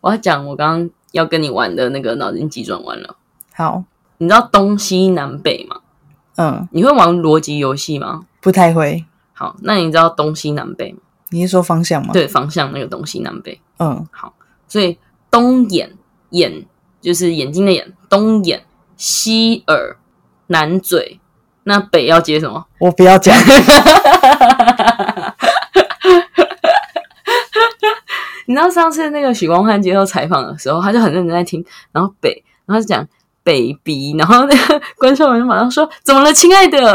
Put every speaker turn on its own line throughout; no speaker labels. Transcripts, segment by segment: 我要讲我刚刚要跟你玩的那个脑筋急转弯了。
好，
你知道东西南北吗？
嗯，
你会玩逻辑游戏吗？
不太会。
好，那你知道东西南北吗？
你是说方向吗？，
对，方向那个东西南北。
嗯，
所以东眼眼就是眼睛的眼，东眼西耳南嘴，那北要接什么？
我不要讲。
你知道上次那个许光汉接受采访的时候，他就很认真在听，然后北，然后就讲北鼻，然后那个观众人马上说：“怎么了，亲爱的？”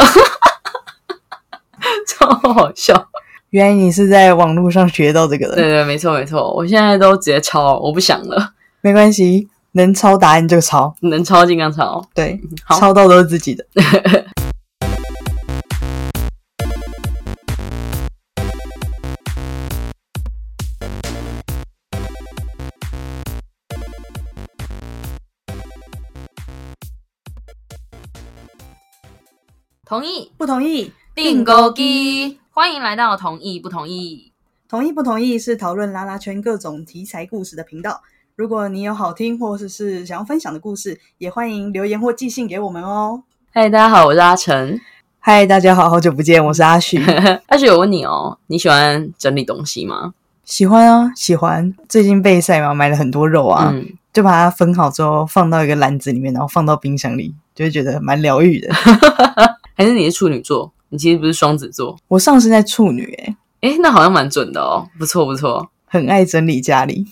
超好笑。
原来你是在网络上学到这个
对
的，
对，没错没错，我现在都直接抄，我不想了，
没关系，能抄答案就抄，
能抄尽量抄。
对，
好
抄到都是自己的。
同意
不同意，
定钩机，欢迎来到同意不同意。
同意不同意是讨论拉拉圈各种题材故事的频道。如果你有好听或者是想要分享的故事，也欢迎留言或寄信给我们哦。
嗨，大家好，我是阿成。
嗨，大家好，好久不见，我是阿旭。
阿雪，我问你哦，你喜欢整理东西吗？
喜欢啊，喜欢。最近备赛嘛，买了很多肉啊，
嗯，
就把它分好之后放到一个篮子里面，然后放到冰箱里，就会觉得蛮疗愈的。
还是你是处女座？你其实不是双子座。
我上升在处女、欸，
诶，那好像蛮准的哦，不错不错。
很爱整理家里。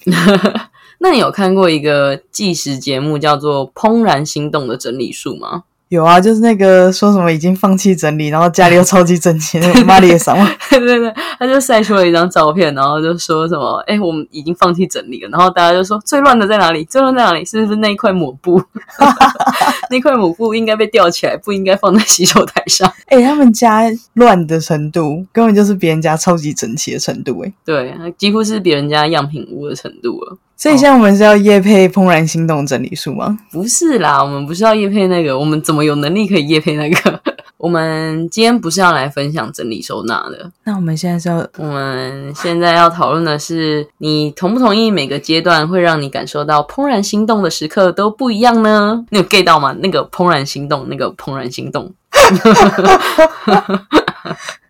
那你有看过一个纪实节目叫做《怦然心动的整理术》吗？
有啊，就是那个说什么已经放弃整理，然后家里又超级整齐， 那种玛丽也啊上嘛。
对对对，他就晒出了一张照片，然后就说什么：“哎，我们已经放弃整理了。”然后大家就说：“最乱的在哪里？最乱在哪里？是不是那一块抹布？ 那块抹布应该被吊起来，不应该放在洗手台上。”
哎、他们家乱的程度，根本就是别人家超级整齐的程度哎、
对，几乎是别人家样品屋的程度了。
所以现在我们是要夜配《怦然心动》整理术吗？
不是啦，我们不是要夜配那个，我们怎么有能力可以夜配那个？ 我们今天不是要来分享整理收纳的，
那我们现在是要
我们现在要讨论的是，你同不同意每个阶段会让你感受到怦然心动的时刻都不一样呢？你有 get 到吗？那个怦然心动，那个怦然心动，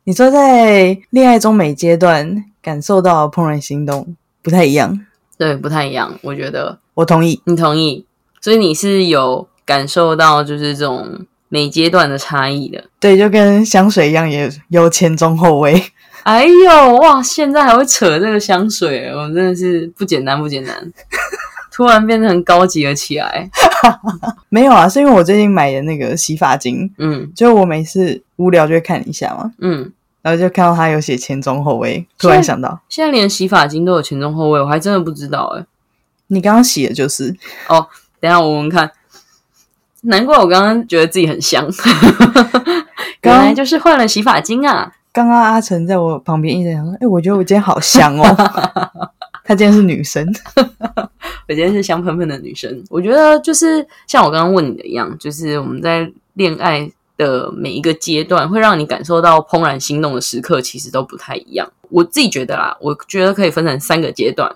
你说在恋爱中每阶段感受到怦然心动不太一样，
对，不太一样。我觉得
我同意。
你同意，所以你是有感受到就是这种每阶段的差异的。
对，就跟香水一样，也有前中后味。
哎呦哇！现在还会扯这个香水，我真的是不简单不简单，突然变得很高级了起来。
没有啊，是因为我最近买的那个洗发精，
嗯
就我每次无聊就会看一下嘛，
嗯，
然后就看到它有写前中后味，突然想到
现在连洗发精都有前中后味，我还真的不知道哎。
你刚刚洗的就是，
等一下我闻闻看，难怪我刚刚觉得自己很香， 原
刚
来就是换了洗发精啊。
刚刚阿成在我旁边一直想说，哎、我觉得我今天好香哦。她今天是女生，
我今天是香喷喷的女生，我觉得就是像我刚刚问你的一样，就是我们在恋爱的每一个阶段，会让你感受到怦然心动的时刻，其实都不太一样。我自己觉得啦，我觉得可以分成三个阶段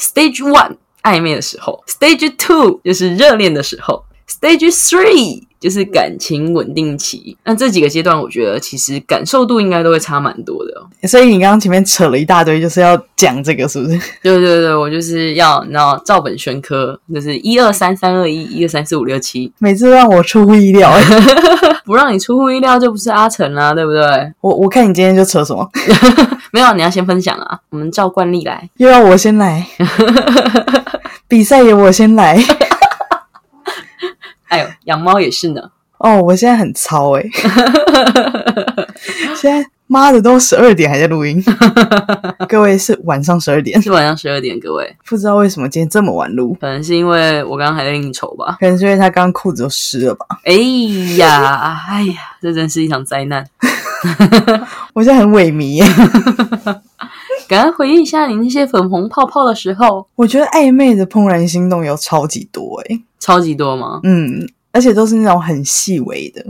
：Stage One 暧昧的时候，Stage Two 就是热恋的时候，Stage Three 就是感情稳定期。那这几个阶段，我觉得其实感受度应该都会差蛮多的哦。
所以你刚刚前面扯了一大堆，就是要讲这个是不是？
对对对，我就是要，你知道，照本宣科，就是一二三三二一，一二三四五六七，
每次让我出乎意料、哎
不让你出乎意料，就不是阿成啦、对不对？
我我看你今天就扯什么，
没有，你要先分享啊，我们照惯例来。
又要我先来，比赛也我先来。
哎呦，养猫也是呢，
哦，我现在很糙哎、 现在妈的都十二点还在录音，各位是晚上十二点，
是晚上十二点，各位，
不知道为什么今天这么晚录，
可能是因为我刚刚还在应酬吧。
可能是因为他刚刚裤子都湿了吧。
哎呀，哎呀，这真是一场灾难！
我现在很萎靡、欸，
赶快回忆一下你那些粉红泡泡的时候，
我觉得暧昧的怦然心动有超级多哎、
超级多吗？
嗯，而且都是那种很细微的。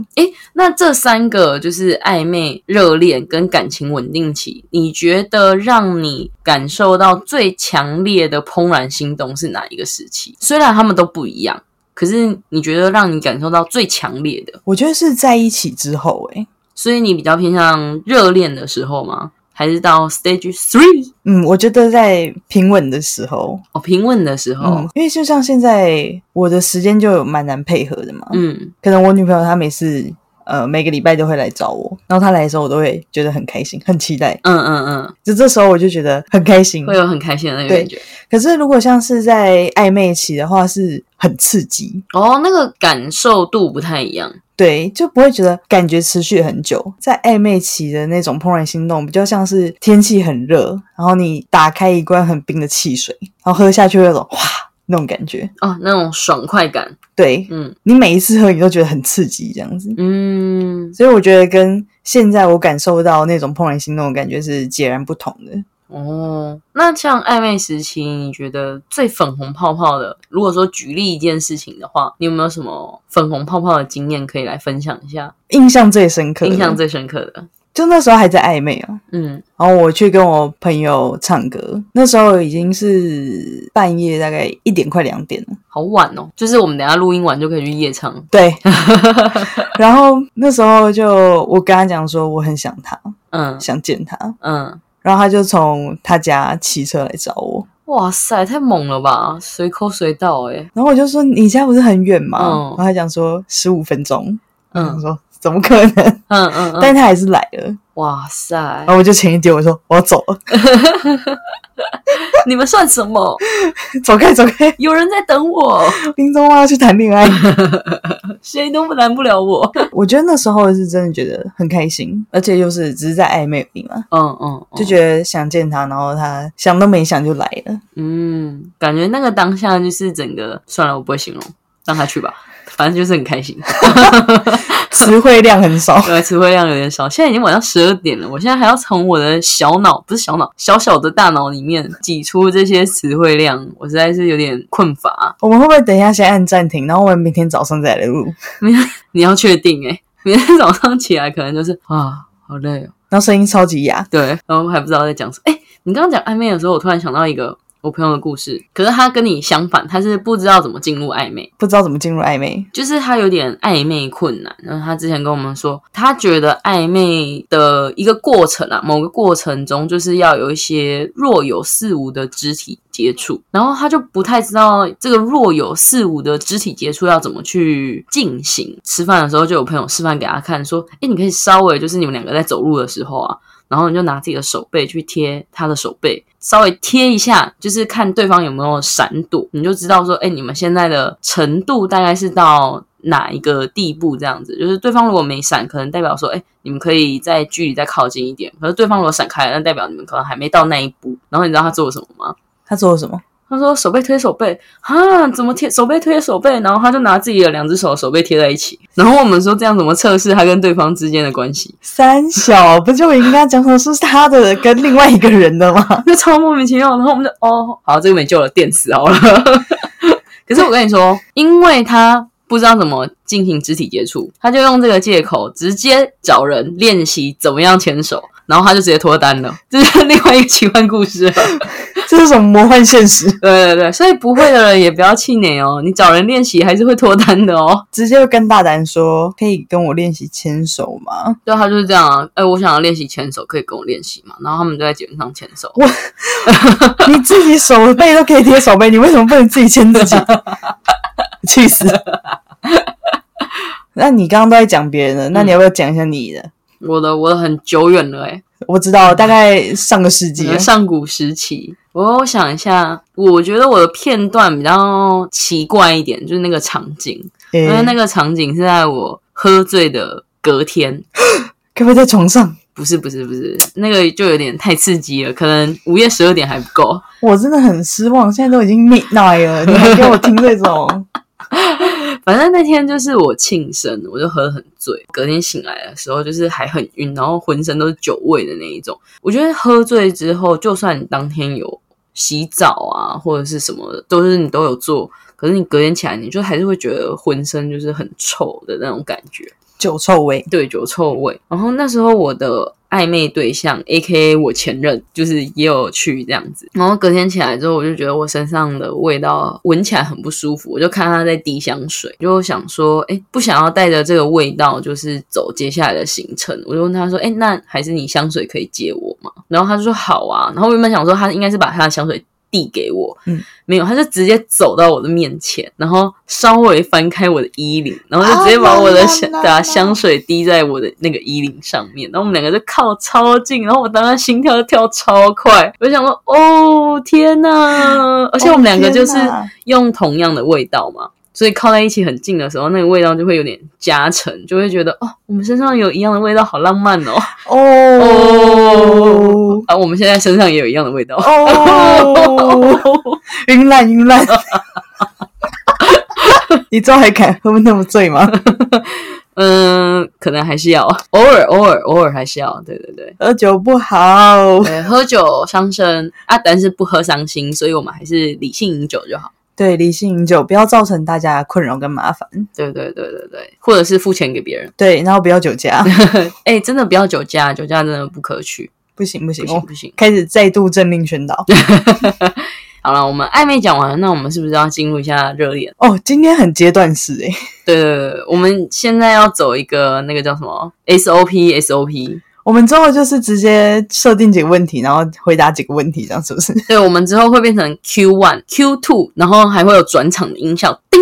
那这三个就是暧昧、热恋跟感情稳定期，你觉得让你感受到最强烈的怦然心动是哪一个时期？虽然他们都不一样，可是你觉得让你感受到最强烈的，
我觉得是在一起之后、欸，诶，
所以你比较偏向热恋的时候吗？还是到 stage three
嗯，我觉得在平稳的时候，
哦平稳的时候
嗯？，因为就像现在我的时间就有蛮难配合的嘛，
嗯
可能我女朋友她每次呃每个礼拜都会来找我，然后她来的时候我都会觉得很开心，很期待，
嗯嗯嗯，
就这时候我就觉得很开心
会。有很开心的那个
对
感觉。
可是如果像是在暧昧期的话，是很刺激，
哦，那个感受度不太一样。
对，就不会觉得感觉持续很久。在暧昧期的那种怦然心动，比较像是天气很热，然后你打开一罐很冰的汽水，然后喝下去会有种哇那种感觉。
哦，那种爽快感，
对
嗯
你每一次喝，你都觉得很刺激，这样子。
嗯，
所以我觉得跟现在我感受到那种怦然心动的感觉是截然不同的。
哦，那像暧昧时期，你觉得最粉红泡泡的，如果说举例一件事情的话，你有没有什么粉红泡泡的经验可以来分享一下？
印象最深刻的，
印象最深刻的，
就那时候还在暧昧啊。
嗯
然后我去跟我朋友唱歌，那时候已经是半夜，大概一点快两点了。
好晚哦，就是我们等一下录音完就可以去夜唱，
对，然后那时候就我跟他讲说我很想他，
嗯
想见他，
嗯，
然后他就从他家骑车来找我，
哇塞，太猛了吧，随口随到哎、
然后我就说你家不是很远吗？
嗯
然后他讲说十五分钟，
嗯
我说怎么可能？
嗯嗯嗯，
但他还是来了，
哇塞
然，后我就前一丢，我说我要走了，
你们算什么？
走开 走开，
有人在等我，
林中要去谈恋爱。
谁都拦不了我。
我觉得那时候是真的觉得很开心，而且又是只是在暧昧而已嘛，
嗯嗯，嗯
就觉得想见他，然后他想都没想就来了。
嗯，感觉那个当下就是整个，算了，我不会形容，让他去吧，反正就是很开心。
词汇量很少，
对，词汇量有点少，现在已经晚上十二点了，我现在还要从我的小脑，不是小脑，小小的大脑里面挤出这些词汇量，我实在是有点困乏。
我们会不会等一下先按暂停，然后我们明天早上再来录？
你要确定诶、 明天早上起来可能就是啊，好累哦。
然后声音超级哑，
对，然后还不知道在讲什么。哎，你刚刚讲暧昧的时候，我突然想到一个我朋友的故事，可是他跟你相反，他是不知道怎么进入暧昧。
不知道怎么进入暧昧。
就是他有点暧昧困难。然后他之前跟我们说，他觉得暧昧的一个过程啊，某个过程中就是要有一些若有似无的肢体接触，然后他就不太知道这个若有似无的肢体接触要怎么去进行。吃饭的时候就有朋友示范给他看，说：“哎，你可以稍微就是你们两个在走路的时候啊，然后你就拿自己的手背去贴他的手背，稍微贴一下，就是看对方有没有闪躲，你就知道说，哎，你们现在的程度大概是到哪一个地步这样子。就是对方如果没闪，可能代表说，哎，你们可以在距离再靠近一点；可是对方如果闪开了，那代表你们可能还没到那一步。然后你知道他做了什么吗？
他做了什么？
他说手背推手背，哈，怎么贴手背推手背？然后他就拿自己的两只手的手背贴在一起。然后我们说这样怎么测试他跟对方之间的关系？
三小不就应该讲什么是他的跟另外一个人的吗？
就超莫名其妙。然后我们就哦，好，这个没救了，电死好了。 可是我跟你说，因为他不知道怎么进行肢体接触，他就用这个借口直接找人练习怎么样牵手，然后他就直接脱单了。这是另外一个奇幻故事了。
这是什么魔幻现实？
对对对，所以不会的人也不要气馁哦，你找人练习还是会脱单的哦。
直接跟大胆说，可以跟我练习牵手吗？
对，他就是这样啊。哎，我想要练习牵手，可以跟我练习嘛？然后他们就在节目上牵手。
你自己手背都可以贴手背，你为什么不能自己牵 自己？气死！ 那你刚刚都在讲别人的，那你要不要讲一下你的？
我的我的很久远了哎、
我知道，大概上个世纪
你，们嗯上古时期，我想一下，我觉得我的片段比较奇怪一点，就是那个场景，因为
诶
嗯那个场景是在我喝醉的隔天。
可不可以在床上？
不是不是不是，那个就有点太刺激了，可能午夜十二点还不够。
我真的很失望，现在都已经 midnight 了，你还给我听这种？
反正那天就是我庆生，我就喝得很醉，隔天醒来的时候就是还很晕，然后浑身都是酒味的那一种。我觉得喝醉之后，就算你当天有洗澡啊或者是什么的，都是你都有做，可是你隔天起来，你就还是会觉得浑身就是很臭的那种感觉。
酒臭味，
对酒臭味。然后那时候我的暧昧对象，A K A 我前任，就是也有去这样子。然后隔天起来之后，我就觉得我身上的味道闻起来很不舒服，我就看他在滴香水，就想说，哎，不想要带着这个味道就是走接下来的行程。我就问他说，哎，那还是你香水可以借我吗？然后他就说好啊。然后我原本想说他应该是把他的香水。递给我，
嗯，
没有，他就直接走到我的面前，然后稍微翻开我的衣领，然后就直接把我的香
啊啦啦啦
对啊香水滴在我的那个衣领上面，然后我们两个就靠超近，然后我当时心跳就跳超快，我就想说哦天呐！而且我们两个就是
哦天哪
用同样的味道嘛，所以靠在一起很近的时候，那个味道就会有点加成，就会觉得哦我们身上有一样的味道，好浪漫哦！
哦
啊，我们现在身上也有一样的味道。
哦，晕烂晕烂， 你之后还敢喝那么醉吗？
嗯，可能还是要偶尔偶尔偶尔还是要，对对对。
喝酒不好，
对，喝酒伤身啊，但是不喝伤心，所以我们还是理性饮酒就好。
对，理性饮酒，不要造成大家的困扰跟麻烦。
对对对对对，或者是付钱给别人。
对，然后不要 酒驾，
哎、真的不要酒驾，酒驾真的不可取，
不行不行，
不行
我
不行。
开始再度政令宣导。
好了，我们暧昧讲完了，那我们是不是要进入一下热恋？
哦，今天很阶段式欸诶、
对对对对，我们现在要走一个那个叫什么 SOP SOP。
我们之后就是直接设定几个问题，然后回答几个问题，这样是不是？
对，我们之后会变成 Q one Q two，然后还会有转场的音效，叮。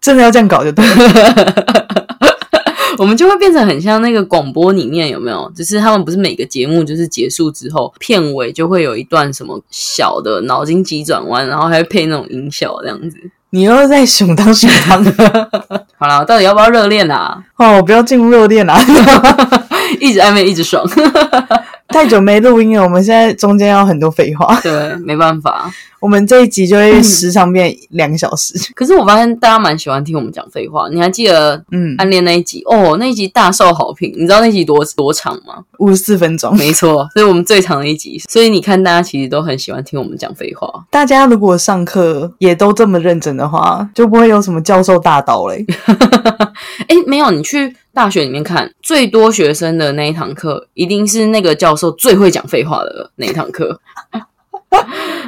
真的要这样搞就对了。
我们就会变成很像那个广播里面有没有？就是他们不是每个节目就是结束之后，片尾就会有一段什么小的脑筋急转弯，然后还会配那种音效这样子。
你又在熊当熊 当
好啦，到底要不要热恋啊？
哦，不要进入热恋啦！
一直暧昧一直爽，
太久没录音了，我们现在中间要很多废话，
对，没办法。
我们这一集就
嗯
会时长变两个小时。
可是我发现大家蛮喜欢听我们讲废话。你还记得
嗯，
暗恋那一集哦？那一集大受好评，你知道那集多多长 吗？
五十四分钟。
没错，这是我们最长的一集。所以你看，大家其实都很喜欢听我们讲废话。
大家如果上课也都这么认真的话，就不会有什么教授大 刀嘞。
哎，没有，你去大学里面看，最多学生的那一堂课，一定是那个教授最会讲废话的那一堂课。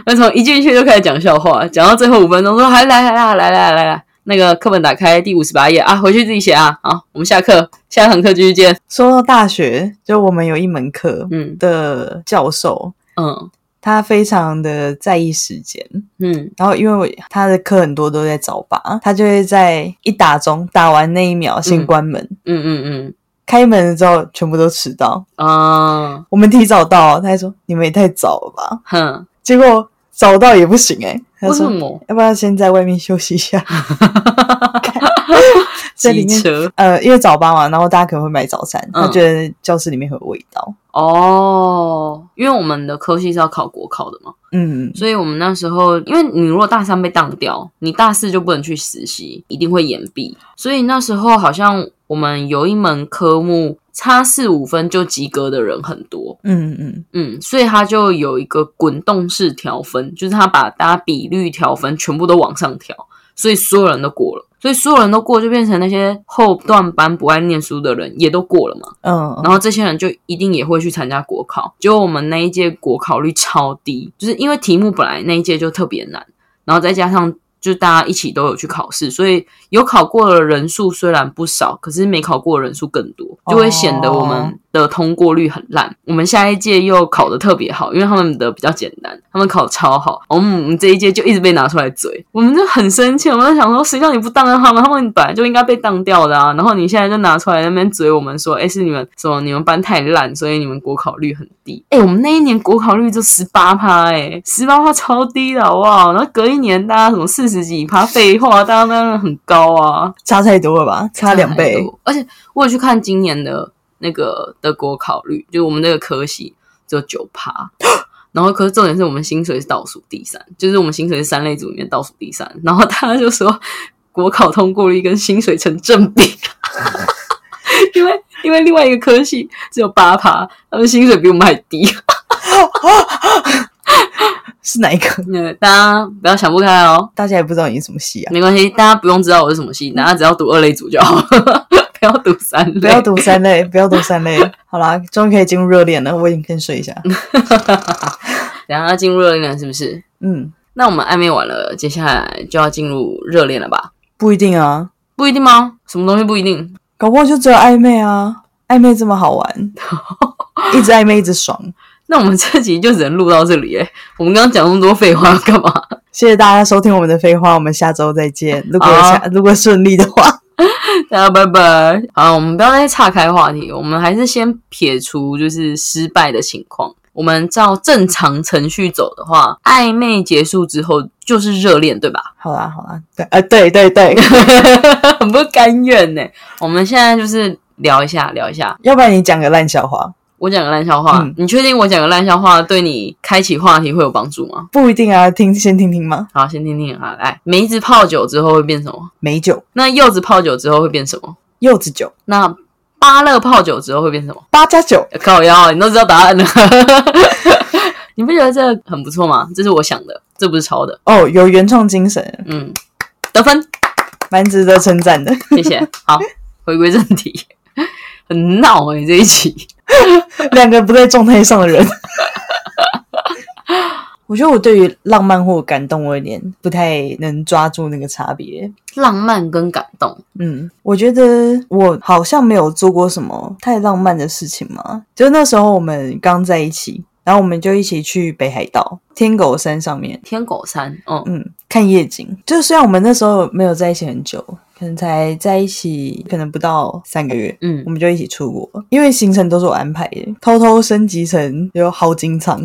那从一进去就开始讲笑话，讲到最后五分钟说：“还来来来来来来来，那个课本打开第五十八页啊，回去自己写啊。好，我们下课，下一堂课继续见。
说到大学，就我们有一门课
嗯
的教授，”
嗯
他非常的在意时间，
嗯
然后因为我他的课很多都在早八，他就会在一打钟打完那一秒先关门，
嗯嗯
开门了之后全部都迟到。
嗯啊，
我们提早到，他还说你们也太早了吧？
哼，
结果早到也不行哎、他
为什
说
么？
要不要先在外面休息 一下？ 在里
机
面
车
呃，因为早八嘛，然后大家可能会买早餐，他
嗯
觉得教室里面会有味道。
哦，因为我们的科系是要考国考的嘛。
嗯，
所以我们那时候，因为你如果大三被当掉，你大四就不能去实习，一定会延毕。所以那时候好像我们有一门科目差四五分就及格的人很多，
嗯嗯，
嗯，所以他就有一个滚动式调分，就是他把大家比率调分全部都往上调，所以所有人都过了。所以所有人都过，就变成那些后段班不爱念书的人也都过了嘛。
嗯
然后这些人就一定也会去参加国考。结果我们那一届国考率超低，就是因为题目本来那一届就特别难，然后再加上就大家一起都有去考试，所以有考过的人数虽然不少，可是没考过的人数更多，就会显得我
哦
们的通过率很烂。我们下一届又考得特别好，因为他们的比较简单，他们考超好，我们我们这一届就一直被拿出来嘴，我们就很生气，我们就想说，谁叫你不当掉他们，他们本来就应该被当掉的啊，然后你现在就拿出来那边嘴我们说，哎，是你们什么？你们班太烂，所以你们国考率很低。哎，我们那一年国考率就十八趴，哎，十八趴超低的好不好？然后隔一年大家什么四十几趴，废话，大家当然很高啊。
差太多了吧？差两
差
倍
很。多。而且我有去看今年的那个德国考虑，就是我们那个科系只有九趴，然后可是重点是我们薪水是倒数第三，就是我们薪水是三类组里面倒数第三，然后大家就说国考通过率跟薪水成正 比。因为因为另外一个科系只有八趴，他们薪水比我们还低，
是哪一个？
那大家不要想不开哦，
大家也不知道你是什么系啊，
没关系，大家不用知道我是什么系，大家只要读二类组就好， 不要读三类。
不要读三类，不要读三类。 好啦，终于可以进入热恋了，我已经先睡 一下。
等一下要进入热恋了是不是？
嗯，
那我们暧昧完了，接下来就要进入热恋了吧？
不一定啊，
不一定吗？什么东西不一定？
搞不好就只有暧昧啊，暧昧这么好玩， 一直暧昧一直爽。
那我们这集就只能录到这里诶， 我们刚刚讲那么多废话干嘛？
谢谢大家收听我们的废话，我们下周再见。如果有
啊
下、如果顺利的话，
大家拜拜。好，我们不要再岔开话题，我们还是先撇除就是失败的情况。我们照正常程序走的话，暧昧结束之后就是热恋，对吧？
好啦好啦，对，呃，对对对，
很不甘愿呢。我们现在就是聊一下，聊一下。
要不然你讲个烂笑话，
我讲个烂笑话，
嗯
你确定我讲个烂笑话对你开启话题会有帮助吗？
不一定啊，听先听听吗？
好，先听听啊。来，梅子泡酒之后会变什么？
美酒、
那柚子泡酒之后会变什么？
柚子酒、
那芭乐泡酒之后会变什么？
八加九，
靠腰，你都知道答案了， 你不觉得这很不错吗？这是我想的，这不是抄的。
哦，有原创精神，
嗯，得分，
蛮值得称赞的。
谢谢。好，回归正题，很闹哎、这一集。
两个不在状态上的人。 我觉得我对于浪漫或感动，我有点不太能抓住那个差别。
浪漫跟感动，
嗯，我觉得我好像没有做过什么太浪漫的事情嘛。就那时候我们刚在一起，然后我们就一起去北海道天狗山上面，
天狗山，嗯，
嗯，看夜景。就虽然我们那时候没有在一起很久，可能才在一起可能不到三个月，
嗯
我们就一起出国，因为行程都是我安排的，偷偷升级成有好景场，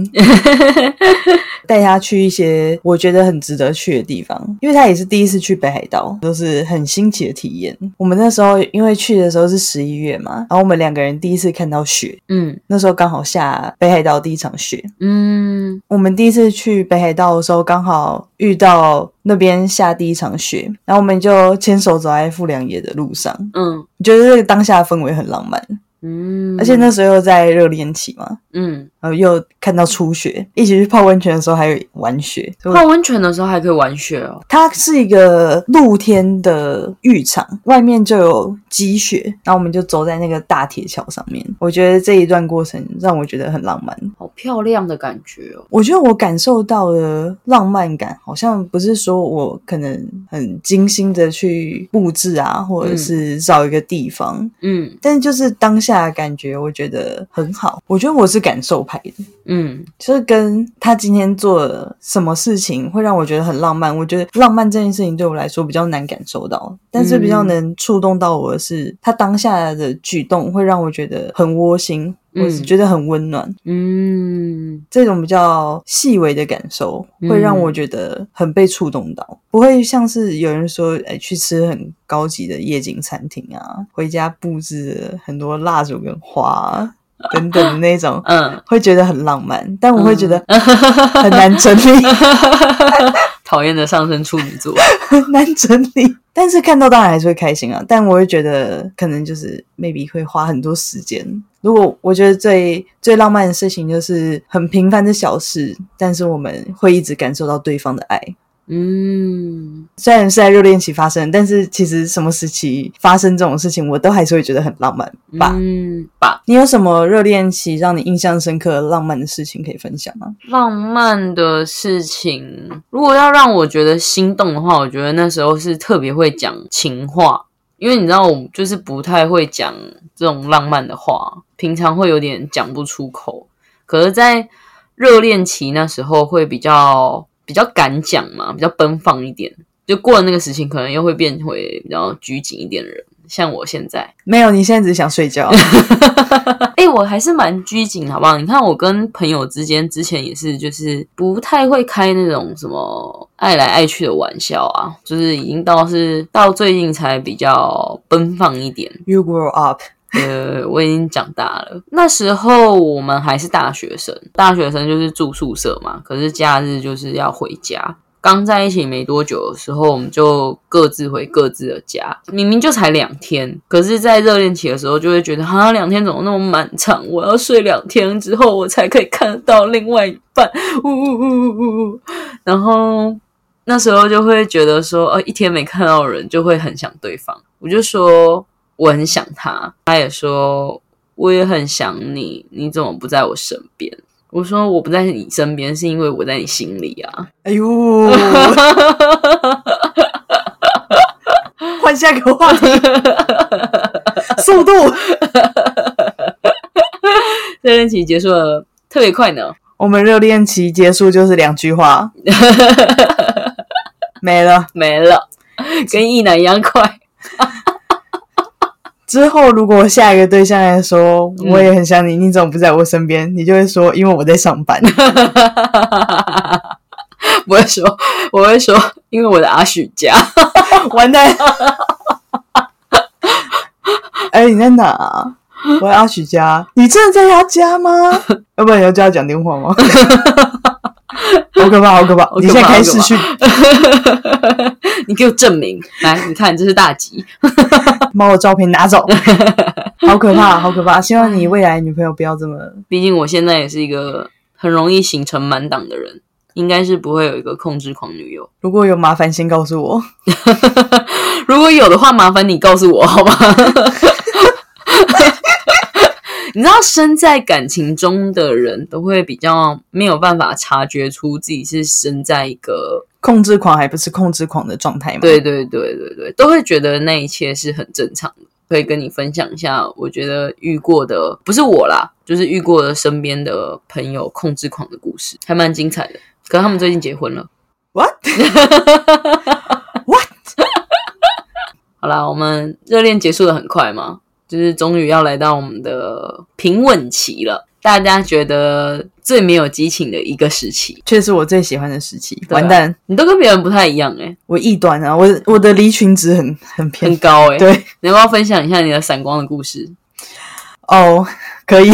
带他去一些我觉得很值得去的地方，因为他也是第一次去北海道，都是很新奇的体验。我们那时候因为去的时候是十一月嘛，然后我们两个人第一次看到雪，
嗯
那时候刚好下北海道第一场雪，
嗯，
我们第一次去北海道的时候，刚好遇到那边下第一场雪，然后我们就牵手走在富良野的路上，
嗯
我觉得这个当下的氛围很浪漫，
嗯，
而且那时候又在热恋期嘛，
嗯，
然后又看到初雪，一起去泡温泉的时候还有玩雪，所以我
泡温泉的时候还可以玩雪哦。
它是一个露天的浴场，外面就有积雪，然后我们就走在那个大铁桥上面，我觉得这一段过程让我觉得很浪漫。
好漂亮的感觉哦！
我觉得我感受到的浪漫感，好像不是说我可能很精心的去布置啊，或者是找一个地方，
嗯
但就是当下的感觉，我觉得很好。我觉得我是感受派的，
嗯，
就是跟他今天做了什么事情会让我觉得很浪漫。我觉得浪漫这件事情对我来说比较难感受到，但是比较能触动到我的是他当下的举动会让我觉得很窝心，
嗯
我是觉得很温暖。
嗯，
这种比较细微的感受，
嗯，
会让我觉得很被触动到，不会像是有人说，哎，去吃很高级的夜景餐厅啊，回家布置了很多蜡烛跟花、啊、等等的那种
嗯，
会觉得很浪漫，但我会觉得很难整理，
讨厌的上升处女座，
很 难整理。但是看到当然还是会开心啊，但我会觉得可能就是 maybe 会花很多时间。如果我觉得最最浪漫的事情就是很平凡的小事，但是我们会一直感受到对方的爱。
嗯，
虽然是在热恋期发生，但是其实什么时期发生这种事情，我都还是会觉得很浪漫吧。
嗯，吧。
你有什么热恋期让你印象深刻、浪漫的事情可以分享吗？
浪漫的事情，如果要让我觉得心动的话，我觉得那时候是特别会讲情话，因为你知道，我就是不太会讲这种浪漫的话，平常会有点讲不出口。可是，在热恋期那时候会比较比较敢讲嘛，比较奔放一点。就过了那个时期，可能又会变回比较拘谨一点的人，像我现在。
没有，你现在只是想睡 觉。
哎、我还是蛮拘谨，好不好？你看我跟朋友之间之前也是，就是不太会开那种什么爱来爱去的玩笑啊，就是已经到是到最近才比较奔放一点。
you grow up，
呃，我已经长大了，那时候我们还是大学生，大学生就是住宿舍嘛，可是假日就是要回家。刚在一起没多久的时候，我们就各自回各自的家。明明就才两天，可是，在热恋期的时候，就会觉得啊，两天怎么那么漫长？我要睡两天之后，我才可以看得到另外一半。呜呜呜呜呜！然后那时候就会觉得说，呃，一天没看到人，就会很想对方。我就说我很想他，他也说我也很想你，你怎么不在我身边？我说我不在你身边，是因为我在你心里啊。
哎呦， 换下一个话 题，速度。
热恋期结束了，特别快呢。
我们热恋期结束就是两句 话，没了。
没了，跟一男一样快。
之后如果下一个对象来说，我也很想你，你怎么不在我身边？你就会说，因为我在上班。
我会说，我会说，因为我的阿许家，
完蛋！ 哎、你在哪、我在阿许家。你真的在他 家吗？要不然你要叫他讲电话吗？好可怕，好可怕！
可怕
你现在开
好可
视
怕
讯，
你给我证明来，你看这是大吉。
把我照片拿 走，好可怕，好可怕！希望你未来女朋友不要这么……
毕竟我现在也是一个很容易形成满档的人，应该是不会有一个控制狂女友。
如果有麻烦，先告诉我。
如果有的话，麻烦你告诉我好吗？ 你知道，身在感情中的人都会比较没有办法察觉出自己是身在一个
控制狂还不是控制狂的状态吗？
对，对对对对，都会觉得那一切是很正常的。可以跟你分享一下，我觉得遇过的不是我啦，就是遇过的身边的朋友控制狂的故事，还蛮精彩的。可是他们最近结婚了。
What？
好啦，我们热恋结束的很快嘛，就是终于要来到我们的平稳期了。大家觉得最没有激情的一个时期，
却是我最喜欢的时期。
对啊
完蛋，
你都跟别人不太一样诶、
我异端啊！我我的离群值很很偏
很。高欸诶、
对
你要不要分享一下你的闪光的故事？
哦，可以，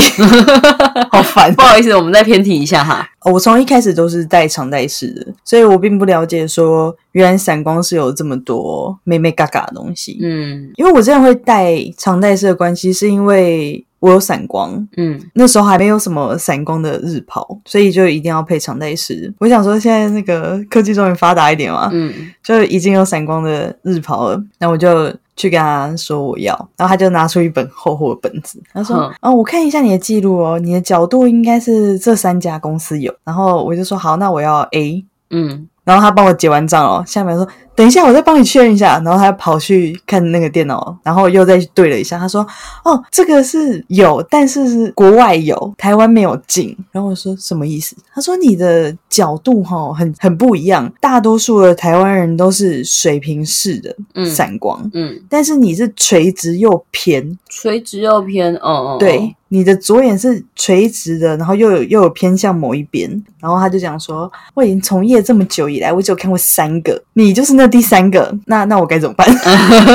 好烦
不好意思，我们再偏题一下哈。
哦！我从一开始都是带长带式的，所以我并不了解说原来闪光是有这么多妹妹嘎嘎的东西。
嗯
因为我之前会带长带式的关系，是因为我有闪光，
嗯，
那时候还没有什么闪光的日抛，所以就一定要配长带式。我想说，现在那个科技终于发达一点嘛，
嗯，
就已经有闪光的日抛了，那我就去跟他说我要，然后他就拿出一本厚厚的本子，他说：“
嗯
啊、我看一下你的记录哦，你的角度应该是这三家公司有。”然后我就说：“好，那我要 A。
嗯，”
然后他帮我结完账哦，下面说：“等一下，我再帮你确认一下。”然后他跑去看那个电脑，然后又再对了一下，他说：“哦，这个是有，但是是国外有，台湾没有进。”然后我说：“什么意思？”他说：“你的角度哈、很很不一样，大多数的台湾人都是水平式的
嗯
散光，
嗯，
但是你是垂直又偏，
垂直又偏，哦哦，哦
对，，你的左眼是垂直的，然后又有又有偏向某一边。”然后他就讲说：“我已经从业这么久以来，我只有看过三个，你就是那第三个，那那我该怎么办？”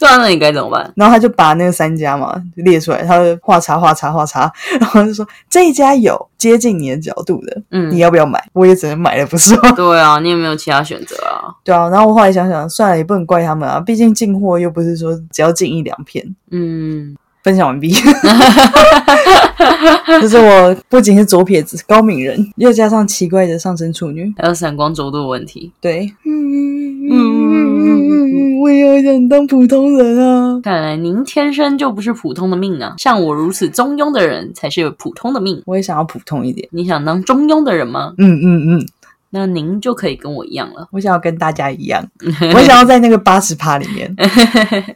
对啊，那你该怎么办？
然后他就把那个三家嘛列出来，他就画叉画叉画叉，然后就说这一家有接近你的角度的，
嗯
你，要不要买？我也只能买了，不是吗？
对啊，你也没有其他选择啊，
对啊，然后我后来想想，算了，也不能怪他们啊，毕竟进货又不是说只要进一两片。
嗯，
分享完毕，就是我不仅是左撇子高敏人，又加上奇怪的上升处女，
还有闪光轴度的问题。
对，
嗯
嗯，我也好想当普通人啊。
看来您天生就不是普通的命啊，像我如此中庸的人才是有普通的命。
我也想要普通一点，
你想当中庸的人吗？
嗯嗯嗯，
那您就可以跟我一样了。
我想要跟大家一样，我想要在那个八十趴里面。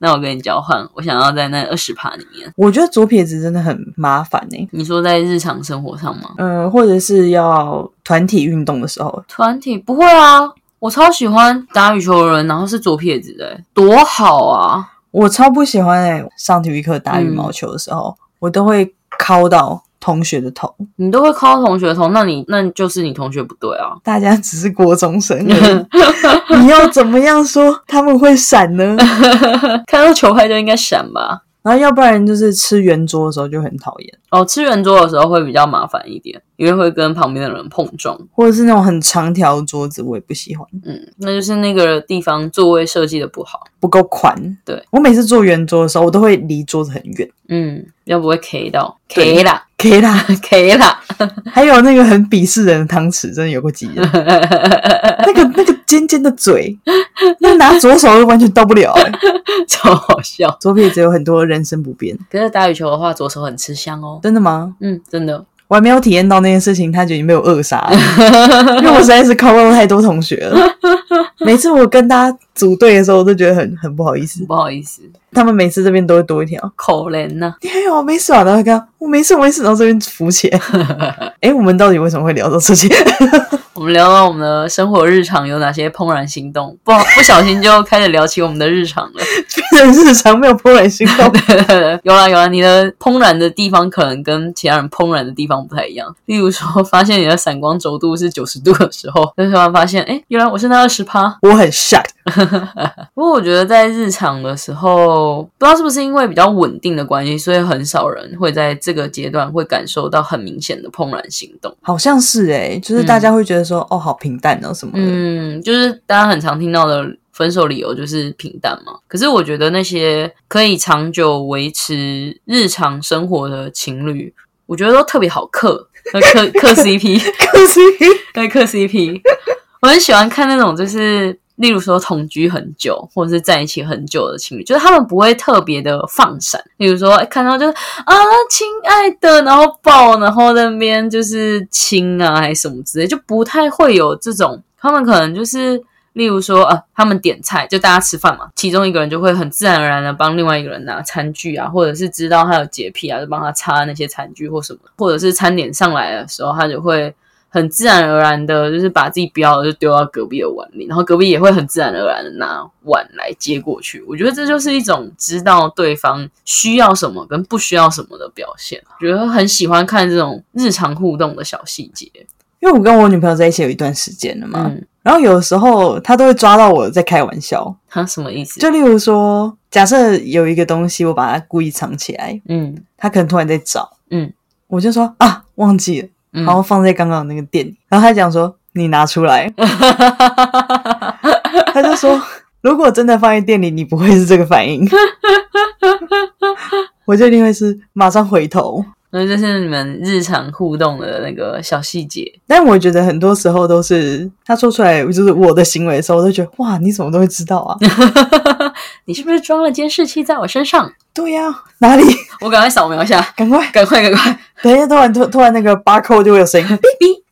那我跟你交换，我想要在那二十趴里面。
我觉得左撇子真的很麻烦呢、
你说在日常生活上吗？
嗯、或者是要团体运动的时候，
团体不会啊，我超喜欢打羽球的人，然后是左撇子的、欸多好啊！
我超不喜欢哎、上体育课打羽毛球的时候，我都会敲到同学的头。
你都会敲同学头，那你那就是你同学不对啊。
大家只是国中生而已，你要怎么样说他们会闪呢？
看到球拍就应该闪吧。
然后要不然就是吃圆桌的时候就很讨厌，
哦，吃圆桌的时候会比较麻烦一点，因为会跟旁边的人碰撞。
或者是那种很长条的桌子我也不喜欢，
嗯，那就是那个地方座位设计的不好。
不够宽。
对
我每次坐圆桌的时候，我都会离桌子很远。
嗯，要不会 K 到
对
K 啦
K 啦，
K 啦，
还有那个很鄙视人的汤匙，真的有过几人，那个那个尖尖的嘴，那拿左手都完全到不了、欸。
超好笑。
左撇子有很多人生不便，
可是打羽球的话，左手很吃香哦。
真的吗？
嗯，真的。
我还没有体验到那件事情，他就已经被我扼杀 了，因为我实在是 cover 太多同学了。每次我跟大家组队的时候，我都觉得很很不好意思。
不好意思，
他们每次这边都会多一条，
口怜呐、
你还有我没事啊？然后跟他我没事，我没事，然后这边浮起来。 哎、我们到底为什么会聊到这些？
我们聊到我们的生活日常有哪些怦然心动，不好不小心就开始聊起我们的日常了。
变成日常没有怦然心动。
有啊啦有啦，你的怦然的地方可能跟其他人怦然的地方不太一样。例如说，发现你的散光轴度是九十度的时候，就突然发现，哎，原来我是那二十趴。
我很 shock，
不过我觉得在日常的时候，不知道是不是因为比较稳定的关系，所以很少人会在这个阶段会感受到很明显的怦然心动。
好像是哎、就是大家会觉得说，哦，好平淡哦什么的。
嗯，就是大家很常听到的分手理由就是平淡嘛。可是我觉得那些可以长久维持日常生活的情侣，我觉得都特别好嗑，呃嗑 嗑 CP，
可是
对嗑 CP。我很喜欢看那种就是。例如说同居很久，或者是在一起很久的情侣，就是他们不会特别的放闪。例如说，哎看到就是啊，亲爱的，然后抱，然后那边就是亲啊，还是什么之类，就不太会有这种。他们可能就是，例如说，啊，他们点菜，就大家吃饭嘛，其中一个人就会很自然而然的帮另外一个人拿餐具啊，或者是知道他有洁癖啊，就帮他擦那些餐具或什么，或者是餐点上来的时候，他就会。很自然而然的，就是把自己不要的就丢到隔壁的碗里，然后隔壁也会很自然而然的拿碗来接过去。我觉得这就是一种知道对方需要什么跟不需要什么的表现。啊我觉得很喜欢看这种日常互动的小细节。
因为我跟我女朋友在一起有一段时间了嘛，
嗯，
然后有时候她都会抓到我在开玩笑，
他什么意思？
就例如说，假设有一个东西我把它故意藏起来，
嗯
她可能突然在找，
嗯，
我就说啊忘记了，
嗯，
然后放在刚刚的那个店里，然后她讲说你拿 出来，她就说如果真的放在店里，你不会是这个 反应，我就一定会是马上回头。
那就是你们日常互动的那个小细节。
但我觉得很多时候都是她说出来就是我的行为的时候，我都觉得哇，你怎么都会知道 啊？
你是不是装了监视器在我身上？
对呀、哪里？
我赶快扫描一下，
赶快！
赶快赶快！
等一下，突然突突然那个 barcode 就会 有声音，哔哔。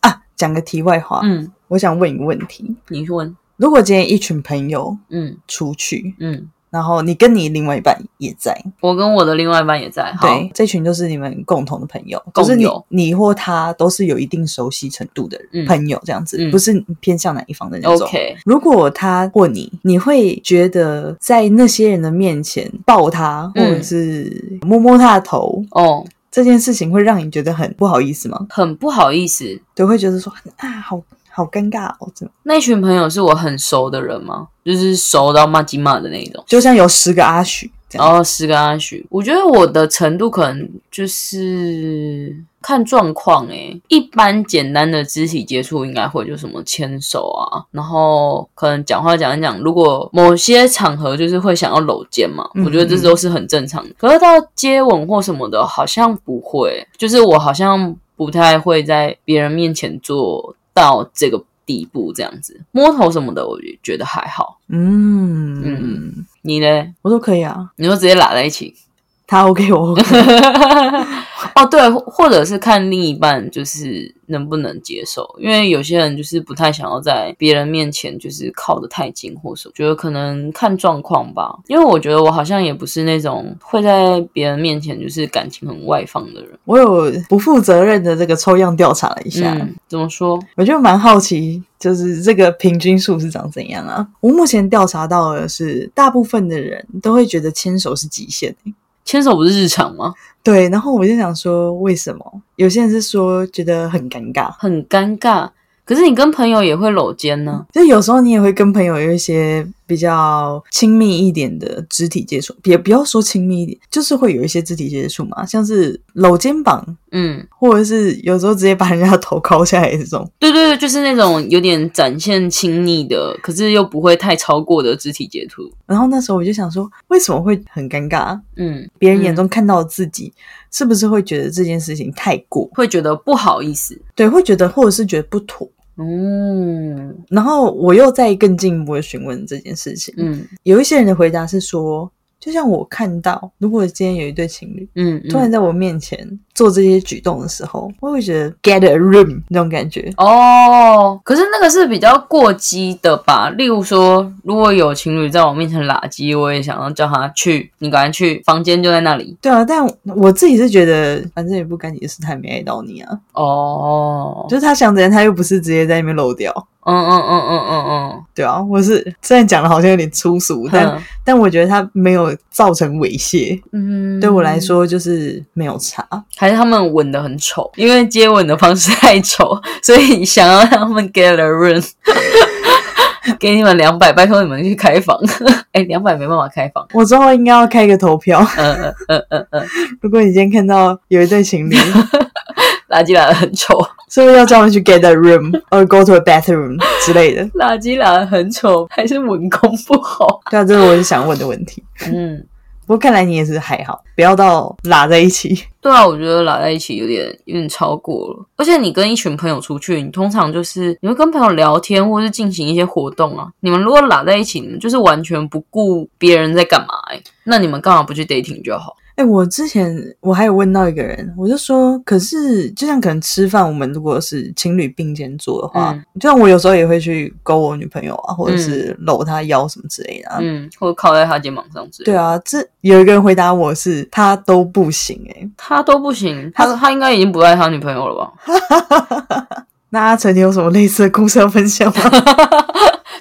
啊，讲个题外话，
嗯，
我想问一个问题：
你问。
如果今天一群朋友
嗯
出去，
嗯，
然后你跟你另外一半也在，
我跟我的另外一半也在。好
对，这群就是你们共同的朋友，
共
就是你
有
你或他都是有一定熟悉程度的
嗯
朋友，这样子、
嗯
不是偏向哪一方的那种。
，OK。
如果他或你，你会觉得在那些人的面前抱他，或
嗯
者是摸摸他的头，
哦，
这件事情会让你觉得很不好意思吗？
很不好意思，
对，会觉得说啊，好好尴尬哦，怎么
那群朋友是我很熟的人吗？就是熟到骂鸡骂的那一种。
就像有十个阿许这
然
样，
后十个阿许，我觉得我的程度可能就是看状况诶、一般简单的肢体接触应该会就什么牵手啊，然后可能讲话讲一讲，如果某些场合就是会想要搂肩嘛，
嗯
我觉得这都是很正常的。可是到接吻或什么的，好像不会，就是我好像不太会在别人面前做到这个地步这样子，摸头什么的，我也觉得还好。
嗯
嗯你嘞？
我说可以啊，
你说直接拉在一起？
他 OK 我 OK，
哦，对，或或者是看另一半就是能不能接受，因为有些人就是不太想要在别人面前就是靠得太近或什么，觉得可能看状况吧。因为我觉得我好像也不是那种会在别人面前就是感情很外放的人。
我有不负责任的这个抽样调查了一下，
嗯，怎么说？
我就蛮好奇，就是这个平均数是长怎样啊？我目前调查到的是，大部分的人都会觉得牵手是极限、
牵手不是日常吗？
对，然后我就想说，为什么有些人是说觉得很尴尬，
很尴尬。可是你跟朋友也会搂肩呢、
就有时候你也会跟朋友有一些比较亲密一点的肢体接触，也不要说亲密一点，就是会有一些肢体接触嘛，像是搂肩膀，
嗯，
或者是有时候直接把人家的头 抠下来这种。
对对对，就是那种有点展现亲昵的，可是又不会太超过的肢体接触。
然后那时候我就想说，为什么会很尴尬？
嗯，
别人眼中看到的自己，是不是会觉得这件事情太过？
会觉得不好意思。
对，会觉得或者是觉得不妥。
嗯
然后我又再更进一步的询问这件事情，
嗯
有一些人的回答是说，就像我看到，如果今天有一对情侣
嗯，
突然在我面前做这些举动的时候，我会觉得 get a room 那种感觉。
哦，可是那个是比较过激的吧？例如说，如果有情侣在我面前拉鸡，我也想要叫他去，你赶快去，房间就在那里。
对啊，但我自己是觉得，反正也不干你的事，他也没爱到你啊。
哦，
就是他想怎样，他又不是直接在那边漏掉。
嗯嗯嗯嗯嗯
对啊，我是虽然讲的好像有点粗俗，
嗯，
但但我觉得他没有造成猥亵，
嗯，
对我来说就是没有差。
还是他们吻的很丑，因为接吻的方式太丑， 所以想要让他们 get a room。给你们两百，拜托你们去开房。 哎、两百没办法开房。
我之后应该要开个投票，
嗯嗯嗯嗯嗯，
如果你今天看到有一对情侣，
垃圾拉的很丑，
是不是要叫他们去 get a room or go to a bathroom 之类的？
垃圾拉的很丑，还是文工不好。
对啊，这是我想问的问题。
嗯，
不过看来你也是还好，不要到拉在一起。
对啊，我觉得拉在一起有点有点超过了。而且你跟一群朋友出去，你通常就是你会跟朋友聊天，或是进行一些活动啊。你们如果拉在一起，你们就是完全不顾别人在干嘛、欸，那你们干嘛不去 dating 就好？
哎、我之前我还有问到一个人，我就说，可是就像可能吃饭，我们如果是情侣并肩做的话，
嗯
就像我有时候也会去勾我女朋友啊，或者是搂她腰什么之类的、啊。
嗯，或者靠在他肩膀上之类的。
对啊，这有一个人回答我是他都不行哎、
他都不行，
他
他他应该已经不爱他女朋友了吧？
那阿成，你有什么类似的故事要分享 吗？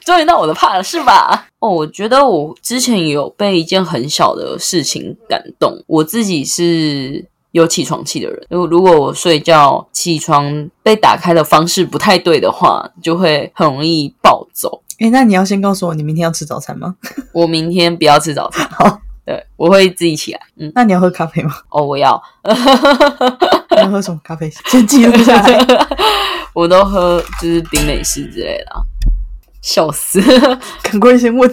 终于到我的怕了是吧？哦，我觉得我之前有被一件很小的事情感动，我自己是。有起床气的人，如果如果我睡觉起床被打开的方式不太对的话，就会很容易暴走。
哎、那你要先告诉我，你明天要吃早餐吗？
我明天不要吃早 餐，
好，
对我会自己起来。嗯，
那你要喝咖啡吗？
哦，我 要，
你要喝什么咖啡？先记录下 来。
我都喝就是冰美式之类的啊、笑死。
赶快先问，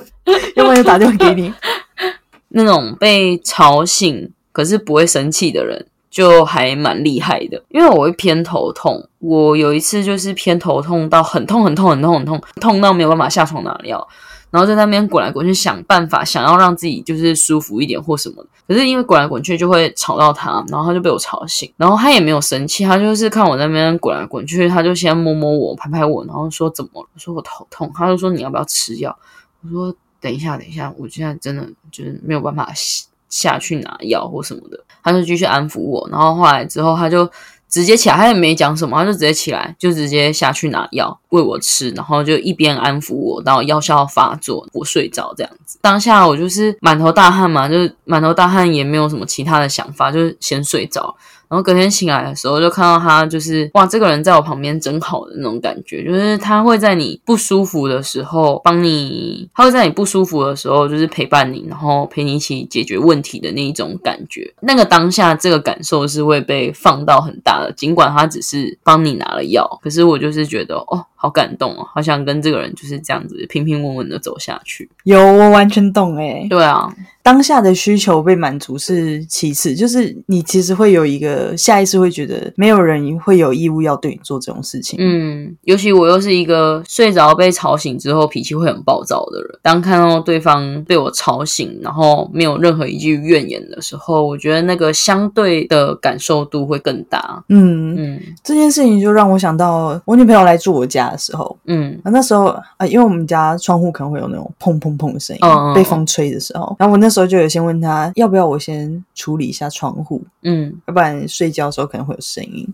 要不然就打电话给你。
那种被吵醒可是不会生气的人，就还蛮厉害的。因为我会偏头痛，我有一次就是偏头痛到很痛很痛很痛很痛，痛到没有办法下床拿药，然后在那边滚来滚去想办法，想要让自己就是舒服一点或什么的。可是因为滚来滚去就会吵到他，然后他就被我吵醒，然后他也没有生气，他就是看我在那边滚来滚去，他就先摸摸我，拍拍我，然后说怎么了？我说我头痛，他就说你要不要吃药？我说等一下，等一下，我现在真的就是没有办法下下去拿药或什么的。他就继续安抚我，然后后来之后他就直接起来，他也没讲什么，他就直接起来，就直接下去拿药喂我吃，然后就一边安抚我，然后药效发作，我睡着这样子。当下我就是满头大汗嘛，就是满头大汗，也没有什么其他的想法，就是先睡着。然后隔天醒来的时候，就看到他就是哇，这个人在我旁边真好的那种感觉，就是他会在你不舒服的时候帮你，他会在你不舒服的时候就是陪伴你，然后陪你一起解决问题的那一种感觉。那个当下这个感受是会被放到很大的，尽管他只是帮你拿了药，可是我就是觉得哦，好感动哦，好想跟这个人就是这样子平平稳稳的走下去。
有，我完全懂哎、
对啊，
当下的需求被满足是其次，就是你其实会有一个下意识会觉得没有人会有义务要对你做这种事情。，
嗯，尤其我又是一个睡着被吵醒之后脾气会很暴躁的人，当看到对方被我吵醒，然后没有任何一句怨言的时候，我觉得那个相对的感受度会更大。
嗯，
嗯
这件事情就让我想到我女朋友来住我家的时候，
嗯
啊，那时候啊、因为我们家窗户可能会有那种砰砰砰的声音，
嗯嗯
被风吹的时候，然后我那时候就有先问她要不要我先处理一下窗户，
嗯
要不然睡觉的时候可能会有声音。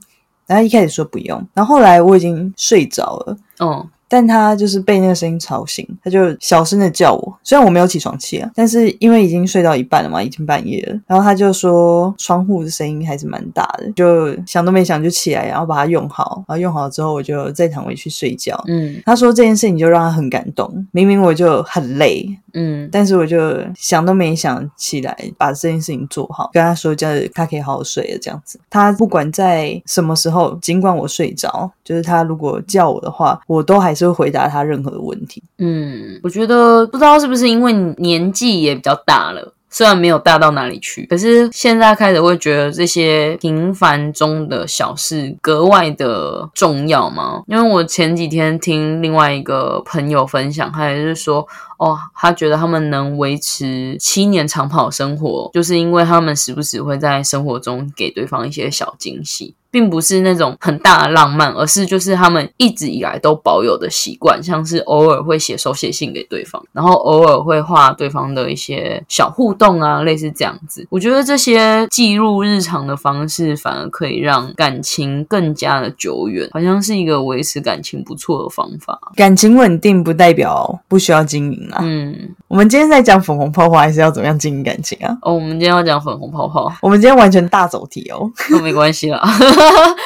然后她一开始说不用，然后后来我已经睡着了，
哦
但他就是被那个声音吵醒，他就小声的叫我。虽然我没有起床气啊，但是因为已经睡到一半了嘛，已经半夜了。然后他就说窗户的声音还是蛮大的，就想都没想就起来，然后把它用好。然后用好之后，我就再躺回去睡觉。
嗯
他说这件事情就让他很感动，明明我就很累，
嗯，
但是我就想都没想起来把这件事情做好，跟他说就是他可以好好睡了这样子。他不管在什么时候，尽管我睡着，就是他如果叫我的话，我都还是会回答他任何的问题。
嗯，我觉得不知道是不是因为年纪也比较大了。虽然没有大到哪里去，可是现在开始会觉得这些平凡中的小事格外的重要嘛。因为我前几天听另外一个朋友分享，他也是说，哦，他觉得他们能维持七年长跑生活，就是因为他们时不时会在生活中给对方一些小惊喜，并不是那种很大的浪漫，而是就是他们一直以来都保有的习惯，像是偶尔会写手写信给对方，然后偶尔会画对方的一些小互动啊，类似这样子。我觉得这些记录日常的方式，反而可以让感情更加的久远，好像是一个维持感情不错的方法。
感情稳定不代表不需要经营啊。
嗯，
我们今天在讲粉红泡泡，还是要怎么样经营感情啊？
哦，我们今天要讲粉红泡泡。
我们今天完全大走题哦，
那没关系啦，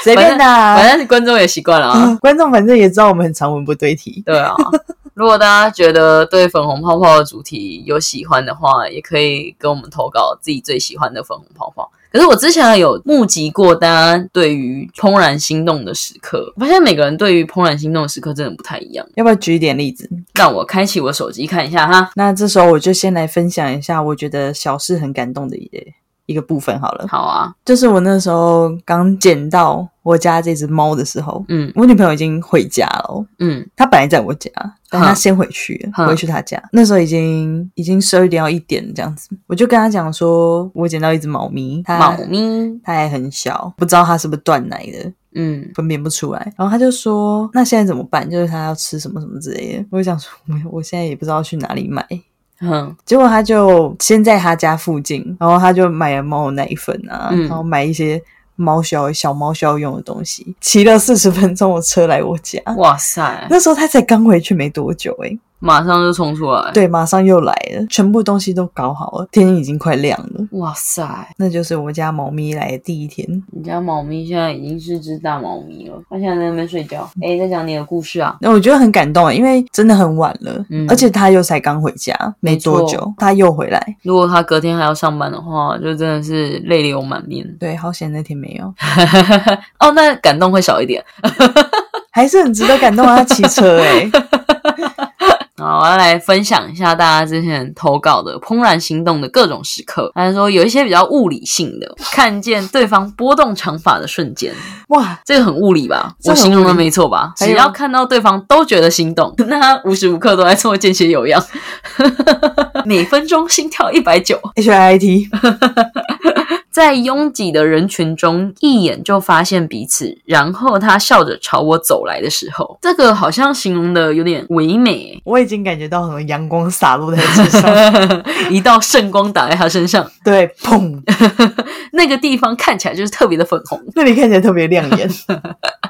随便的、啊。
反正观众也习惯了啊。
观众反正也知道我们很常文不对题，
对啊，如果大家觉得对粉红泡泡的主题有喜欢的话，也可以跟我们投稿自己最喜欢的粉红泡泡。可是我之前有募集过大家对于怦然心动的时刻，我发现每个人对于怦然心动的时刻真的不太一样。
要不要举一点例子？
让我开启我手机看一下哈。
那这时候我就先来分享一下，我觉得小事很感动的一个一个部分好了。
好啊，
就是我那时候刚捡到我家这只猫的时候，
嗯
我女朋友已经回家了哦，
嗯
她本来在我家，但她
哼
先回去了，
哼
回去她家。那时候已经已经十二点要一点这样子，我就跟她讲说，我捡到一只猫咪，它
猫咪，
它还很小，不知道它是不是断奶的，
嗯
分辨不出来。然后他就说：“那现在怎么办？就是他要吃什么什么之类的。”我就想说：“我我现在也不知道去哪里买。
哼”
结果他就先在他家附近，然后他就买了猫奶粉啊，
嗯
然后买一些猫需要小猫需要用的东西，骑了四十分钟的车来我家。
哇塞，
那时候他才刚回去没多久、欸，诶
马上就冲出来，，
对，马上又来了，全部东西都搞好了，天已经快亮了。
哇塞，
那就是我家猫咪来的第一天。
你家猫咪现在已经是只大猫咪了，它现在在那边睡觉。哎、在讲你的故事啊。
那我觉得很感动，欸因为真的很晚了，
嗯
而且他又才刚回家没
没
多
错
久，他又回来。
如果它隔天还要上班的话，就真的是泪流满面。
对，好险那天没有，
哦，那感动会少一点。
还是很值得感动啊！他骑车 哎、
好，我要来分享一下大家之前投稿的怦然心动的各种时刻。他说有一些比较物理性的，看见对方拨动长发的瞬间，
哇，
这个很物理吧？
这
我
很
形容的
物理
没错吧？
还有
只要看到对方都觉得心动， 那他无时无刻都在做间歇有氧， 每分钟心跳一百九，
H I T，
在拥挤的人群中一眼就发现彼此，然后他笑着朝我走来的时候，这个好像形容的有点唯美、
我已经感觉到很多阳光洒落在他身上，
一道圣光打在他身上，
对，砰，
那个地方看起来就是特别的粉红。
那里看起来特别亮 眼，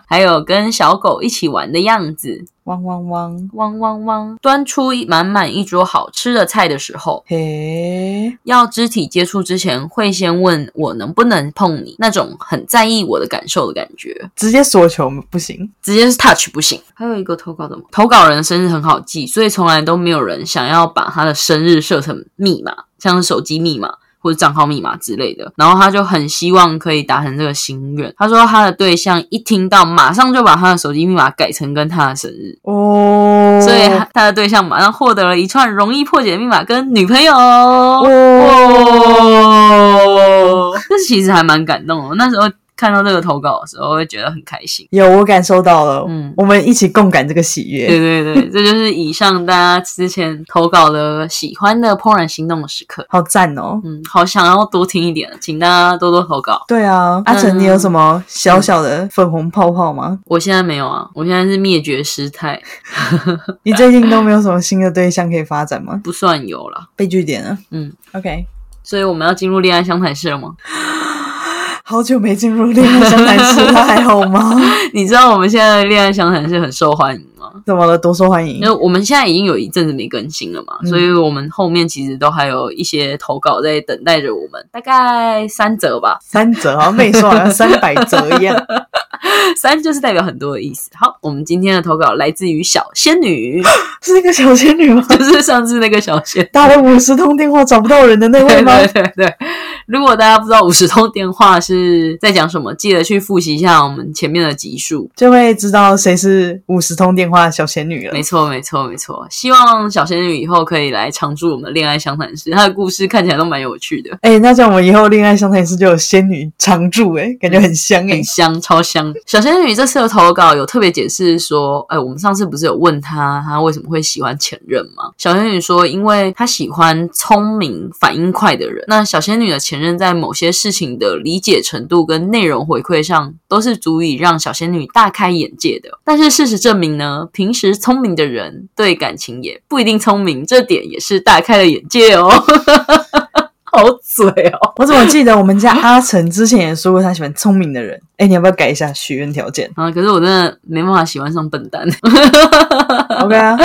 还有跟小狗一起玩的样子，
汪汪汪，
汪汪汪，端出一满满一桌好吃的菜的时候，
嘿，
要肢体接触之前，会先问我能不能碰你，那种很在意我的感受的感觉，
直接索求不行，
直接是 touch 不行。还有一个投稿的吗？投稿人生日很好记，所以从来都没有人想要把他的生日设成密码，像是手机密码。或者账号密码之类的，然后他就很希望可以达成这个心愿。他说他的对象一听到，马上就把他的手机密码改成跟他的生日，
哦，
所以他的对象马上获得了一串容易破解的密码跟女朋友。
哦，
哦， 这其实还蛮感动的。我那时候看到这个投稿的时候，会觉得很开心。
有我感受到了，
嗯
我们一起共感这个喜悦，
对对对，这就是以上大家之前投稿的喜欢的怦然心动的时刻。
好赞哦。
嗯，好想要多听一点，请大家多多投稿。
对啊，阿成，
嗯
你有什么小小的粉红泡泡吗？
我现在没有啊，我现在是灭绝师太，嗯
你最近都没有什么新的对象可以发展吗？
不算有啦。
被拒点了。
嗯
，OK，
所以我们要进入恋爱相谈室了吗？
好 久没进入恋爱相谈室了，还好吗？
你知道我们现在的恋爱相谈室很受欢迎，吗？
怎么了？多受欢迎
因为？我们现在已经有一阵子没更新了嘛，
嗯
所以我们后面其实都还有一些投稿在等待着我们，大概三折吧，
三折，好像妹说好像三百折一样。
三就是代表很多的意思。好，我们今天的投稿来自于小仙女，
是那个小仙女吗？
就是上次那个小仙 女
打了五十通电话找不到人的那位
对
吗？
对对对。如果大家不知道五十通电话是在讲什么，记得去复习一下我们前面的集数。
就会知道谁是五十通电话的小仙女了
没。错，没错，没错。希望小仙女以后可以来常驻我们的恋爱相谈室，她的故事看起来都蛮有趣的，
哎、那这样我们以后恋爱相谈室就有仙女常驻，哎，感觉很香哎、
很香，超香。小仙女这次的投稿有特别解释说，哎，我们上次不是有问她她为什么会喜欢前任吗？小仙女说，因为她喜欢聪明、反应快的人。那小仙女的前任在某些事情的理解程度跟内容回馈上，都是足以让小仙女大开眼界的。但是事实证明呢，平时聪明的人对感情也不一定聪明，这点也是大开了眼界哦。 好嘴哦！
我怎么记得我们家阿成之前也说过他喜欢聪明的人？哎、你要不要改一下许愿 条件
啊，可是我真的没办法喜欢上笨蛋。
？OK 啊。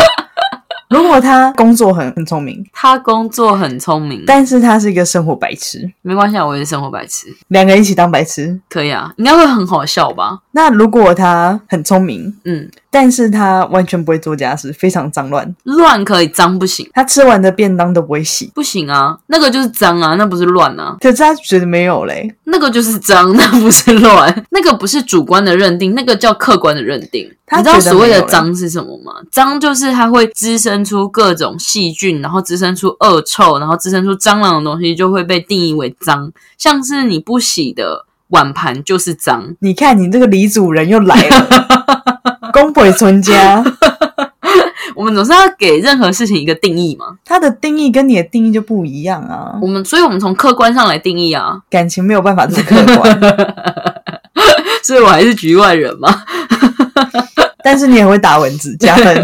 如果他工作很很聪明，
他工作很聪明，
但是他是一个生活白痴，
没关系，啊，我也是生活白痴，
两个人一起当白痴。
可以啊，应该会很好笑吧？
那如果他很聪明，
嗯，
但是他完全不会做家事，非常脏乱，
乱可以，脏不行，
他吃完的便当都不会洗。
不行啊，那个就是脏啊，那不是乱啊，
可是他觉得没有嘞，
那个就是脏， 那不是乱，那个不是主观的认定，那个叫客观的认定。
他
你知道
觉得
所谓
没
的
有了欸
脏是什么吗？脏就是它会滋生出各种细菌，然后滋生出恶臭，然后滋生出蟑螂的东西就会被定义为脏，像是你不洗的碗盘就是脏。
你看，你这个李主人又来了，公婆存家，
我们总是要给任何事情一个定义嘛。
他的定义跟你的定义就不一样啊
我。们，所以我们从客观上来定义啊，
感情没有办法这么客观，
所以我还是局外人嘛。
但是你也会打蚊子，加分。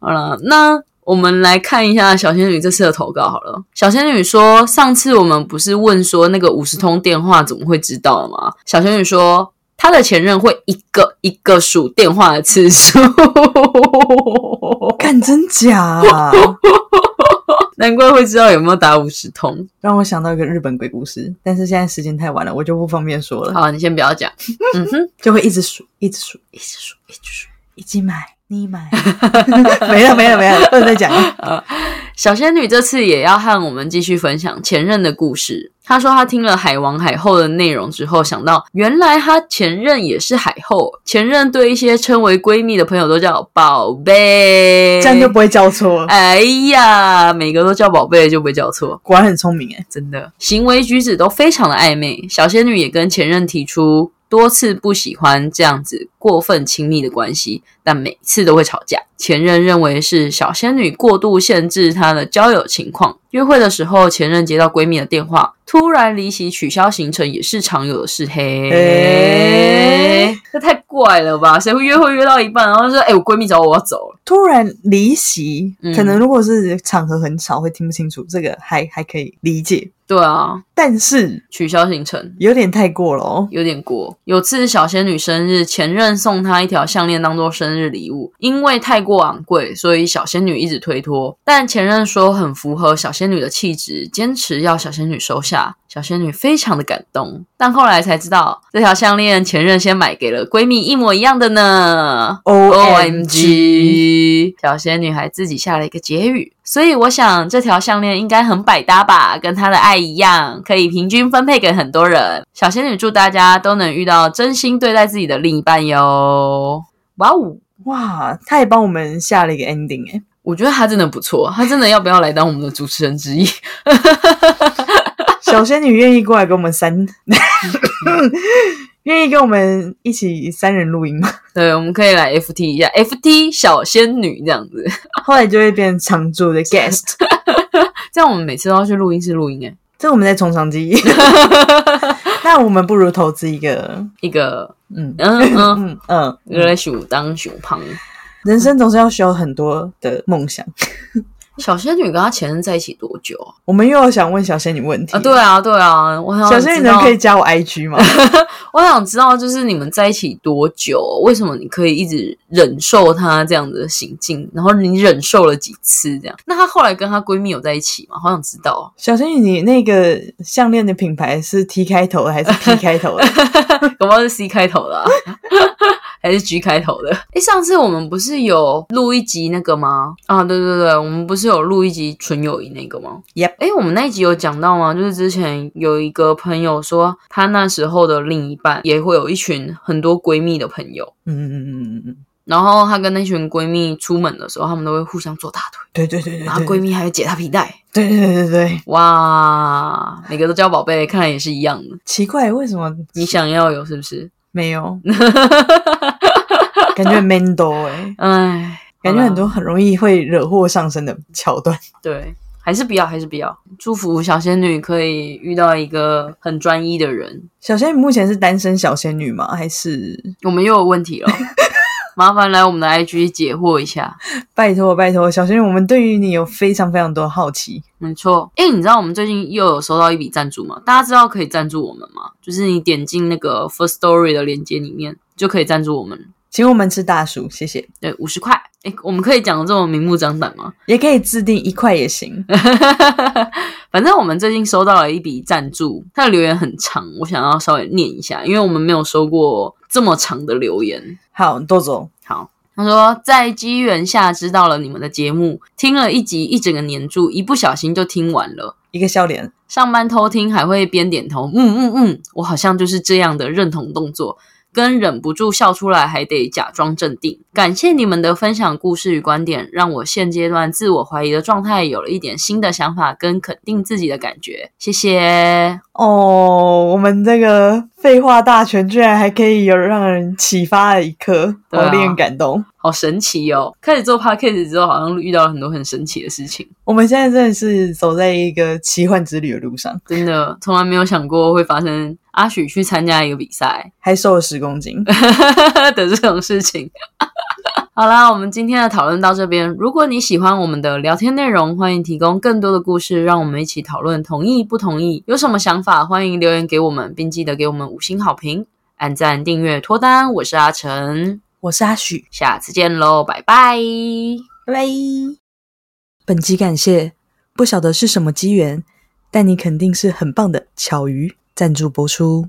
好了，那我们来看一下小仙女这次的投稿好了。小仙女说，上次我们不是问说那个五十通电话怎么会知道的吗？小仙女说，她的前任会一个一个数电话的次数。
看真假、啊，
难怪会知道有没有打五十通。
让我想到一个日本鬼故事，但是现在时间太晚了，我就不方便说了，
好，你先不要讲。嗯哼，
就会一直数，一直数，
一直数，一直数。
一起买，你买，没了没了没了，不能再讲了。
小仙女这次也要和我们继续分享前任的故事。她说她听了海王海后的内容之后，想到原来她前任也是海后，前任对一些称为闺蜜的朋友都叫宝贝，
这样就不会叫错了。
哎呀，每个都叫宝贝就不会叫错。
果然很聪明哎、
真的，行为举止都非常的暧昧。小仙女也跟前任提出多次不喜欢这样子过分亲密的关系，但每次都会吵架。前任认为是小仙女过度限制她的交友情况。约会的时候，前任接到闺蜜的电话，突然离席取消行程也是常有的事。嘿，
诶
这太怪了吧？谁会约会约到一半，然后说：“哎、我闺蜜找我，我要走了。
突然离席，
嗯
可能如果是场合很吵，会听不清楚，这个还还可以理解。”
对啊，
但是
取消行程。
有点太过了哦。
有点过。有次小仙女生日，前任送她一条项链当做生日礼物，因为太过昂贵，所以小仙女一直推脱。但前任说很符合小仙女的气质，坚持要小仙女收下。小仙女非常的感动，但后来才知道这条项链前任先买给了闺蜜一模一样的呢。
O
OMG！小仙女还自己下了一个结语，所以我想这条项链应该很百搭吧，跟她的爱一样，可以平均分配给很多人。小仙女祝大家都能遇到真心对待自己的另一半哟！哇哦，
哇，他也帮我们下了一个 ending 哎、
我觉得她真的不错，她真的要不要来当我们的主持人之一？
小仙女愿意过来跟我们三， 愿意跟我们一起三人录音吗？
对，我们可以来 FT 一下，FT 小仙女这样子，
后来就会变成常驻的 guest，
这样我们每次都要去录音室录音哎诶，
这我们在从长计议。那我们不如投资一个，
一个
嗯
嗯 嗯，
嗯嗯，
一个熊当熊胖。
人生总是要需要很多的梦想。
小仙女跟她前任在一起多久啊？
我们又要想问小仙女问题
啊，对啊，对啊，我想
小仙女
知
能
道
可以加我 IG 吗？
我想知道，就是你们在一起多久？为什么你可以一直忍受她这样的行径？然后你忍受了几次？这样？那她后来跟她闺蜜有在一起吗？好想知道哦。
小仙女，你那个项链的品牌是 T 开头的还是 P 开头的？
搞不好是 C 开头的、啊， 还是 G 开头的？哎，上次我们不是有录一集那个吗？啊，对对对，我们不是有录一集纯友谊那个吗
Yep
哎，我们那一集有讲到吗？就是之前有一个朋友说，她那时候的另一半也会有一群很多闺蜜的朋友，
嗯嗯嗯嗯嗯嗯，
然后她跟那群闺蜜出门的时候，她们都会互相做大腿，
对对对对
然后
对，
闺蜜还会解她皮带。
对对对对对，
哇，每个都叫宝贝，看来也是一样的。
奇怪，为什么
你想要有是不是？
没有？感觉很 man 多哎，
哎，
感觉
好啦
很多很容易会惹祸上身的桥段。
对，还是不要，还是不要。祝福小仙女可以遇到一个很专一的人。
小仙女目前是单身小仙女吗？还是
我们又有问题了，麻烦来我们的 IG 解惑一下。
拜托拜托，小仙女，我们对于你有非常非常多的好奇。
没错，哎，你知道我们最近又有收到一笔赞助吗？大家知道可以赞助我们吗？就是你点进那个 First Story 的链接里面就可以赞助我们，
请我们吃大薯，谢谢。
对，五十块。哎，我们可以讲的这么明目张胆吗？
也可以制定一块也行。
反正我们最近收到了一笔赞助，它的留言很长，我想要稍微念一下，因为我们没有收过这么长的留言。
好，豆总，
好，他说在机缘下知道了你们的节目，听了一集一整个年度，一不小心就听完了。
一个笑脸，
上班偷听还会边点头，嗯嗯嗯，我好像就是这样的认同动作，跟忍不住笑出来还得假装镇定。感谢你们的分享故事与观点，让我现阶段自我怀疑的状态有了一点新的想法跟肯定自己的感觉。谢谢，
哦，我们这个废话大全居然还可以有让人启发的一刻，哦
对啊
好令人感动。
好神奇哦！开始做 podcast 之后，好像遇到了很多很神奇的事情。
我们现在真的是走在一个奇幻之旅的路上，
真的从来没有想过会发生阿许去参加一个比赛
还瘦了十公斤。
的这种事情。 好啦，我们今天的讨论到这边。如果你喜欢我们的聊天内容，欢迎提供更多的故事，让我们一起讨论，同意不同意，有什么想法，欢迎留言给我们，并记得给我们五星好评、按赞、订阅、脱单。我是阿成，
我是阿许，
下次见喽，拜拜。
拜拜。本集感谢，不晓得是什么机缘，但你肯定是很棒的巧鱼赞助播出。